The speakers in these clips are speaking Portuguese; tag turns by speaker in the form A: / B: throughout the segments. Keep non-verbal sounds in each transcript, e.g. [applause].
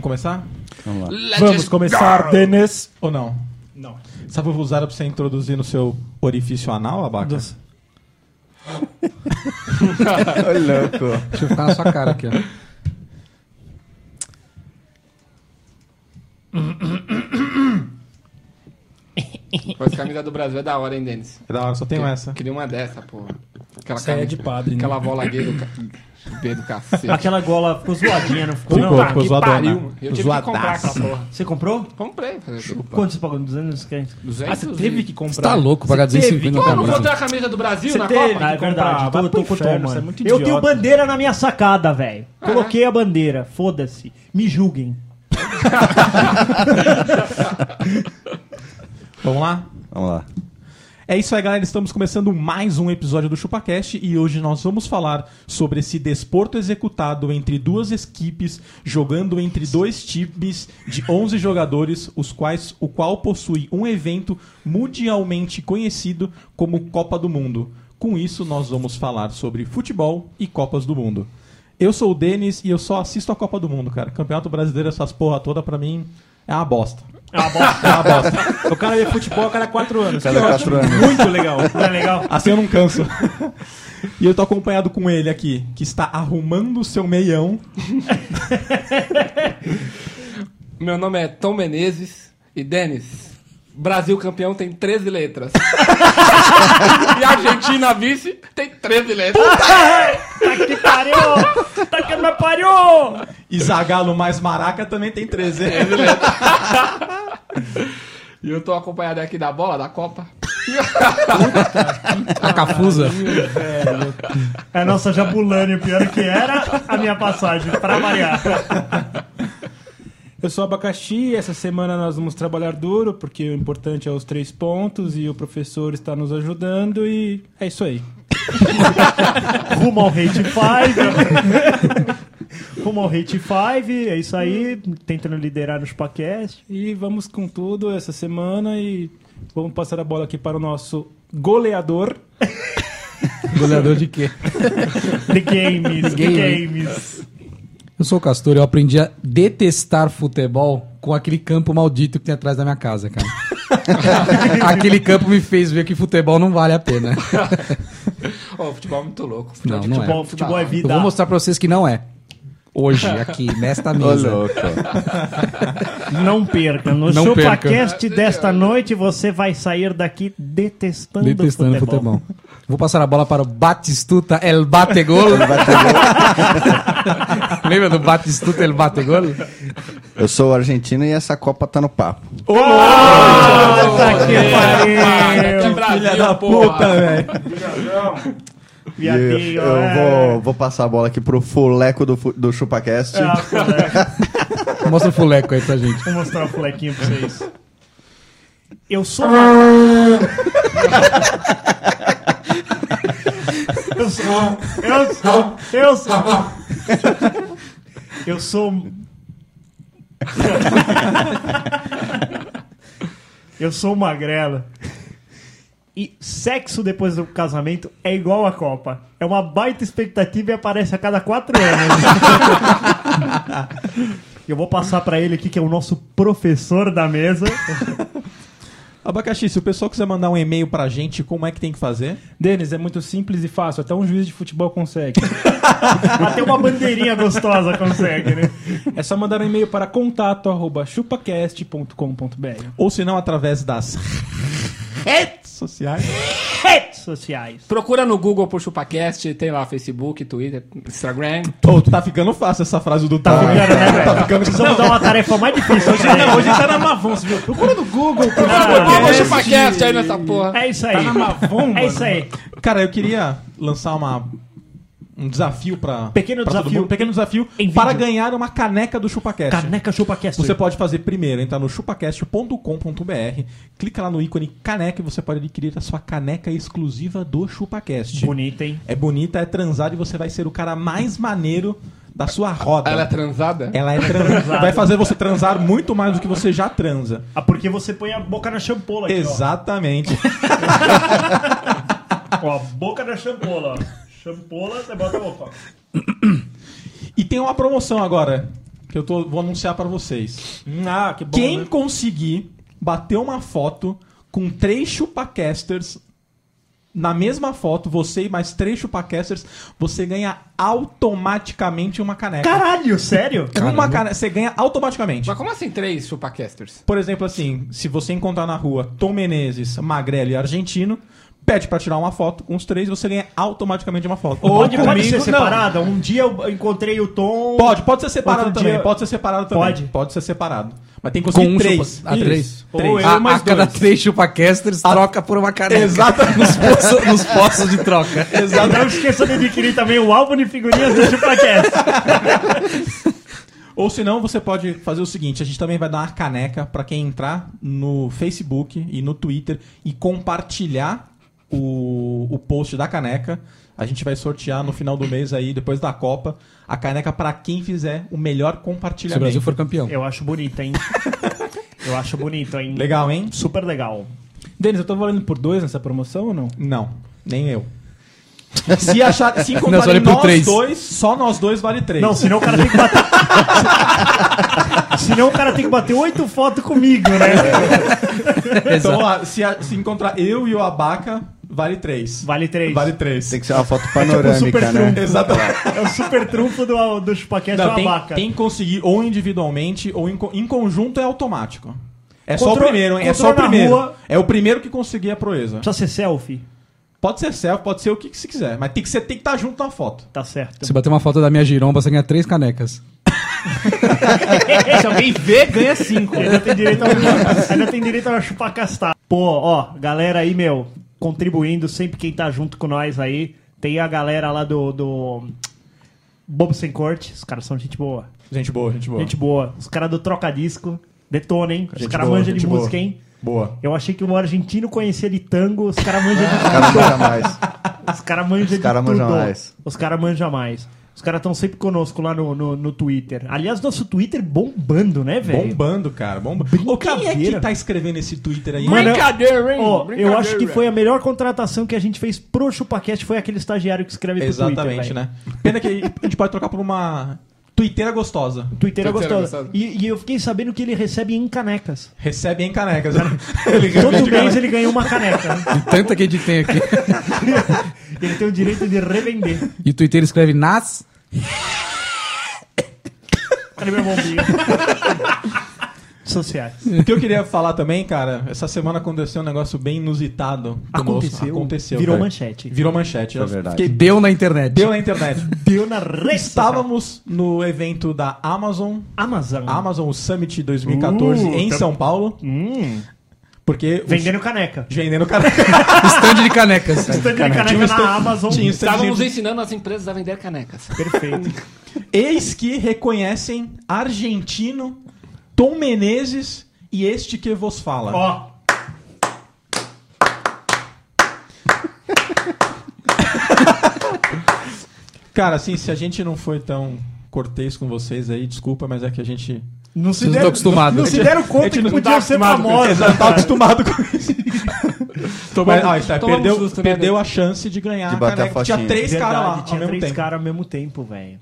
A: começar?
B: Vamos lá.
A: Vamos começar, Denis, ou não?
C: Não.
A: Essa vuvuzela pra você introduzir no seu orifício anal, Abaca?
B: Ô, louco.
D: Deixa eu ficar na sua cara aqui, ó.
E: Pô, essa camisa do Brasil é da hora, hein, Denis?
A: É da hora, só tenho essa.
E: Queria uma dessa, porra. Aquela
C: Isso aí é de padre, né?
E: Aquela bola gay do, ca... gay do cacete.
F: Aquela gola ficou zoadinha, não ficou?
A: Ficou,
F: não?
C: tá,
A: ficou
C: que
A: zoadona.
C: pariu.
E: Eu tive que comprar
A: Zoadaça.
E: aquela porra.
F: Você comprou?
E: Comprei. fazer o quê?
F: Quanto você pagou? 250?
E: 200
C: Ah, você teve que comprar.
D: Você tá louco, pagar
E: Pô,
D: 250 na
E: não
D: camisa.
E: vou ter a camisa do Brasil
C: Você
E: na
C: teve?
E: Copa?
F: Ah, é
C: que comprar.
F: verdade.
C: Vai
F: Eu tô,
C: pro
F: eu tô com
C: inferno,
F: tom,
C: você é
F: mano.
C: muito
F: eu
C: idiota.
F: tenho bandeira na minha sacada, velho. Coloquei a bandeira. Foda-se. Me julguem.
A: Vamos lá?
B: Vamos lá.
A: É isso aí, galera. Estamos começando mais um episódio do ChupaCast e hoje nós vamos falar sobre esse desporto executado entre duas equipes, jogando entre dois times de 11 jogadores, os quais o qual possui um evento mundialmente conhecido como Copa do Mundo. Com isso, nós vamos falar sobre futebol e Copas do Mundo. Eu sou o Denis e eu só assisto a Copa do Mundo, cara. Campeonato Brasileiro, essas porra toda, pra mim, é uma bosta.
F: É uma bosta.
A: É uma bosta.
F: o cara vê futebol a cada 4 anos.
B: Cada
F: Que
B: quatro
F: ótimo.
B: anos.
F: Muito legal. Não é legal?
A: Assim eu não canso. E eu tô acompanhado com ele aqui, que está arrumando o seu meião.
E: Meu nome é Tom Menezes e Denis. Brasil campeão tem 13 letras. [laughs] e Argentina vice tem 13 letras.
F: Tá que pariu! Tá que me pariu!
A: E Zagalo mais Maraca também tem 13.
E: E eu tô acompanhado aqui da bola da
C: [laughs]
E: Copa.
D: A cafusa.
F: É, nossa, Jabulani, o pior que era a minha passagem, pra variar.
C: Eu sou Abacaxi e essa semana nós vamos trabalhar duro, porque o importante é os três pontos e o professor está nos ajudando e é isso aí.
F: Rumo ao Hate 5. Rumo ao Hate 5, é isso aí. Tentando liderar no Chupacast.
C: E vamos com tudo essa semana e vamos passar a bola aqui para o nosso goleador.
D: Goleador de quê?
F: The Games, The
D: Game.
F: Games.
D: Eu sou o Castor, eu aprendi a detestar futebol com aquele campo maldito que tem atrás da minha casa, [laughs] cara. aquele campo me fez ver que futebol não vale a pena.
E: Ô, futebol é muito louco.
D: Não, não é.
F: Bom, futebol é
D: Eu
F: vida.
D: vou mostrar pra vocês que não é. Hoje, aqui, nesta
B: Ô,
D: mesa.
B: louco.
F: Não perca. No
D: Não
F: ChupaCast desta noite você vai sair daqui detestando,
D: Detestando
F: futebol.
D: futebol. Vou passar a bola para o Batistuta El Bategol. [laughs] Lembra do Batistuta El Bategol?
B: Eu sou argentino e essa Copa tá no papo.
F: Puta que
E: É
F: pariu!
E: Brasil,
A: Filha da
E: porra.
A: puta, velho.
B: E eu
F: Viadinho,
B: eu
F: é.
B: vou, vou passar a bola aqui pro fuleco do, fu- do ChupaCast.
F: Ah, moleque,
D: Mostra o fuleco aí pra gente.
F: Vou mostrar o flequinho pra vocês. Eu sou uma... Eu sou... Eu sou... Eu sou... Eu sou... Eu sou magrela. E sexo depois do casamento é igual à Copa. É uma baita expectativa e aparece a cada quatro anos. Eu vou passar pra ele aqui, que é o nosso professor da mesa.
A: Abacaxi, se o pessoal quiser mandar um e-mail pra gente, como é que tem que fazer?
C: Denis, é muito simples e fácil, até um juiz de futebol consegue.
F: Até uma bandeirinha gostosa consegue, né?
C: É só mandar um e-mail para contato@chupacast.com.br.
A: Ou se não, através das redes sociais.
F: Redes sociais.
E: Procura no Google por ChupaCast, tem lá Facebook, Twitter, Instagram.
A: Ô, tá ficando fácil essa frase do
F: Tá
A: Tom, hein?
F: ficando, né, velho?
A: Tá ficando
F: Precisamos dar uma tarefa mais difícil. Hoje, hoje tá na Mavon, viu? Procura no Google.
E: Procura no Google ChupaCast aí nessa porra.
F: É
A: Tá
F: isso aí. é isso aí.
A: Cara, eu queria lançar uma, um desafio pra.
F: Pequeno
A: pra todo
F: desafio.
A: mundo. Pequeno desafio
F: Em
A: para
F: vídeo.
A: ganhar uma caneca do ChupaCast.
F: Caneca ChupaCast.
A: Você pode fazer primeiro, entrar no chupacast.com.br, clica lá no ícone caneca e você pode adquirir a sua caneca exclusiva do ChupaCast.
F: Bonita, hein?
A: É bonita, é transada e você vai ser o cara mais maneiro da sua roda.
E: Ela é transada?
A: Ela é transada. Vai fazer você transar muito mais do que você já transa.
F: Ah, porque você põe a boca na champola aqui,
A: Exatamente.
F: ó. ó. A boca na champola,
A: É
F: ó. Champola, você bota a boca. ó.
A: E tem uma promoção agora. que que eu tô- vou anunciar pra vocês.
C: Ah, que bom.
A: Quem
C: né?
A: conseguir bater uma foto com três chupacasters na mesma foto, você e mais três chupacasters, você ganha automaticamente uma caneca.
F: Caralho, sério?
A: Uma caneca, você ganha automaticamente.
E: Mas como assim três chupacasters?
A: Por exemplo, assim, se você encontrar na rua Tom Menezes, Magrelo e Argentino, pede pra tirar uma foto com os três, você ganha automaticamente uma foto.
F: Pode, pode
A: comigo,
F: ser
A: não.
F: separada? Um dia eu encontrei o Tom.
A: Pode, pode ser separado
F: Outro
A: também.
F: dia-
A: Pode ser separado também.
F: Pode?
A: ser separado. Mas tem que conseguir
D: um
A: três.
D: chupa- ah,
A: Isso.
D: três.
A: Três.
F: Ou eu-
D: A,
F: mais
D: a cada
F: dois.
D: três chupacasters troca por uma caneca. Exatamente. Nos poços, [laughs] nos poços de troca.
F: Exato. [laughs] Não esqueça de adquirir também o álbum de figurinhas do Chupacast.
A: Ou senão você pode fazer o seguinte, a gente também vai dar uma caneca pra quem entrar no Facebook e no Twitter e compartilhar o, o post da caneca. A gente vai sortear no final do mês aí, depois da Copa, a caneca pra quem fizer o melhor
D: Se o Brasil
A: compartilhamento.
D: for campeão.
F: Eu acho bonito, hein? Eu acho bonito, hein?
A: Legal, hein?
F: Super legal.
C: Denis, eu tô valendo por dois nessa promoção ou não?
A: Não, nem eu. Se achar,
D: [laughs]
A: se
D: Não, só
A: encontrarem
D: olhei pro
A: nós
D: três.
A: dois, só nós dois vale três.
D: [laughs]
F: Não, senão o cara tem que bater. [laughs] senão o cara tem que bater oito fotos comigo, né?
A: então,
D: Exato.
A: vamos lá, se, a- se encontrar eu e o Abaca, vale três.
F: Vale três.
A: Vale três.
B: Tem que ser uma foto
F: É tipo um
B: panorâmica,
F: super
B: né?
F: trunfo.
A: Exatamente.
F: É o super trunfo do, do Chupacast
A: Não,
F: da
A: tem,
F: vaca.
A: tem que conseguir ou individualmente ou em, co- em conjunto é automático. É só o
F: Controle-
A: primeiro, hein? É só o
F: controle na
A: primeiro.
F: rua.
A: É o primeiro que conseguir a proeza.
F: Precisa ser selfie.
A: Pode ser selfie, pode ser o que, que se quiser, mas tem que, ser, tem que estar junto na foto.
F: Tá certo.
D: Se bater uma foto da minha giromba, você ganha três canecas.
C: [laughs] Se alguém vê, ganha cinco.
F: Ainda tem direito a, ainda tem direito a chupar castar. Pô, ó, galera aí, meu, contribuindo, sempre quem tá junto com nós aí. Tem a galera lá do. do Bobo Sem Corte, os caras são gente boa.
A: Gente boa, gente boa.
F: Gente boa. Os caras do Troca Disco, detona, hein? Os
A: Gente
F: caras
A: boa,
F: manjam de
A: gente boa.
F: música, hein?
A: boa.
F: Eu achei que um argentino conhecia de tango, os caras manjam de
B: Cara, não dá mais.
A: [laughs]
F: Os caras manjam de
B: cara
F: tudo.
B: manja mais.
F: Os caras manjam mais. Os caras estão sempre conosco lá no, no, no Twitter. Aliás, nosso Twitter bombando, né, velho?
A: Bombando, cara, bombando. Ô, quem é que
F: Brincadeira.
A: tá escrevendo esse Twitter aí?
F: Mano,
E: Brincadeira, hein?
F: Ó, eu
E: Brincadeira.
F: acho que foi a melhor contratação que a gente fez pro ChupaCast, foi aquele estagiário que escreve pro Twitter,
A: Exatamente,
F: velho.
A: né? Pena que a gente pode trocar por uma twitteira gostosa.
F: Twitter é
E: Twitter é
F: gostoso.
E: gostoso.
F: E, e eu fiquei sabendo que ele recebe em
A: [laughs]
F: canecas.
A: Recebe em canecas.
F: [laughs]
A: né? Ele ganha
F: Todo
A: de caneca.
F: mês ele ganha uma caneca.
A: [laughs]
F: né?
D: De tanta que a gente tem aqui.
F: [laughs] ele tem o direito de revender.
D: E o Twitter escreve nas.
F: Cadê minha bombinha? Sociais.
A: O que eu queria falar também, cara, essa semana aconteceu um negócio bem inusitado. conosco. Aconteceu.
F: Virou
A: cara.
F: manchete.
A: Virou manchete. Eu
B: verdade.
A: fiquei-
D: Deu na internet.
A: Deu na
F: [laughs]
A: internet.
F: Deu na rede social.
A: Estávamos no evento da Amazon,
F: Amazon.
A: Amazon Summit 2014
F: Uh,
A: em
F: tá-
A: São Paulo,
F: Hum.
A: porque os-
F: Vendendo caneca.
A: vendendo caneca.
D: Stand de canecas.
F: Estante de caneca
A: Tinha um
F: na Amazon.
A: tinha um
E: Estávamos
A: standzinho-
E: ensinando as empresas a vender canecas.
F: Perfeito.
A: [laughs] [laughs] Eis que reconhecem argentino Tom Menezes e este que vos fala.
F: Ó.
A: Cara, assim, se a gente não foi tão cortês com vocês aí, desculpa, mas é que a gente
F: Não se
D: Vocês não estão acostumados.
F: não se deram
A: A
F: conta
A: gente
F: que
A: não
F: podia
A: tá
F: ser
A: acostumado com
F: famosa.
A: isso. Exato, tá acostumado com isso. Mas, ó, isso aí,
E: [laughs] tomamos
A: perdeu
E: susto, né,
A: perdeu a chance de ganhar.
B: De bater
A: a caneca.
B: a
A: tinha
B: fotinha.
A: três
F: Verdade,
A: caras lá
F: tinha
A: ao mesmo
F: três
A: tempo.
F: caras ao mesmo tempo, velho.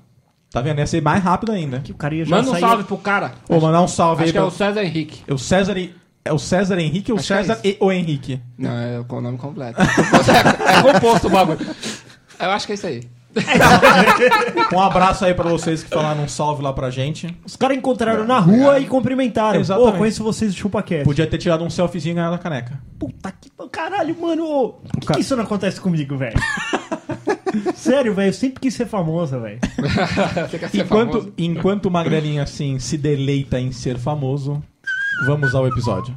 A: Tá vendo? Ia ser mais rápido ainda.
F: Que o cara ia já
E: Manda um
F: sair-
E: salve pro cara.
A: Vou mandar um salve aí.
E: Acho que é
A: pra-
E: o César Henrique.
A: é o César e... É o César Henrique, o
E: Acho que é
A: César e o Henrique.
E: Não, é o nome completo. [laughs] é, é composto o bagulho. Eu acho que é isso aí.
A: Um abraço aí pra vocês que falaram um salve lá pra gente.
F: Os caras encontraram na rua e cumprimentaram. Pô,
A: É Exatamente.
F: conheço vocês do ChupaCast.
A: Podia ter tirado um selfiezinho e ganhado a caneca.
F: Puta que pa- caralho, mano. ô, Por que,
A: cara-
F: que isso não acontece
A: [laughs]
F: comigo, velho? Sério, velho. Eu sempre quis ser famosa, velho.
E: Você quer ser famoso?
A: Enquanto, enquanto o Magrelinho assim se deleita em ser famoso, vamos ao episódio.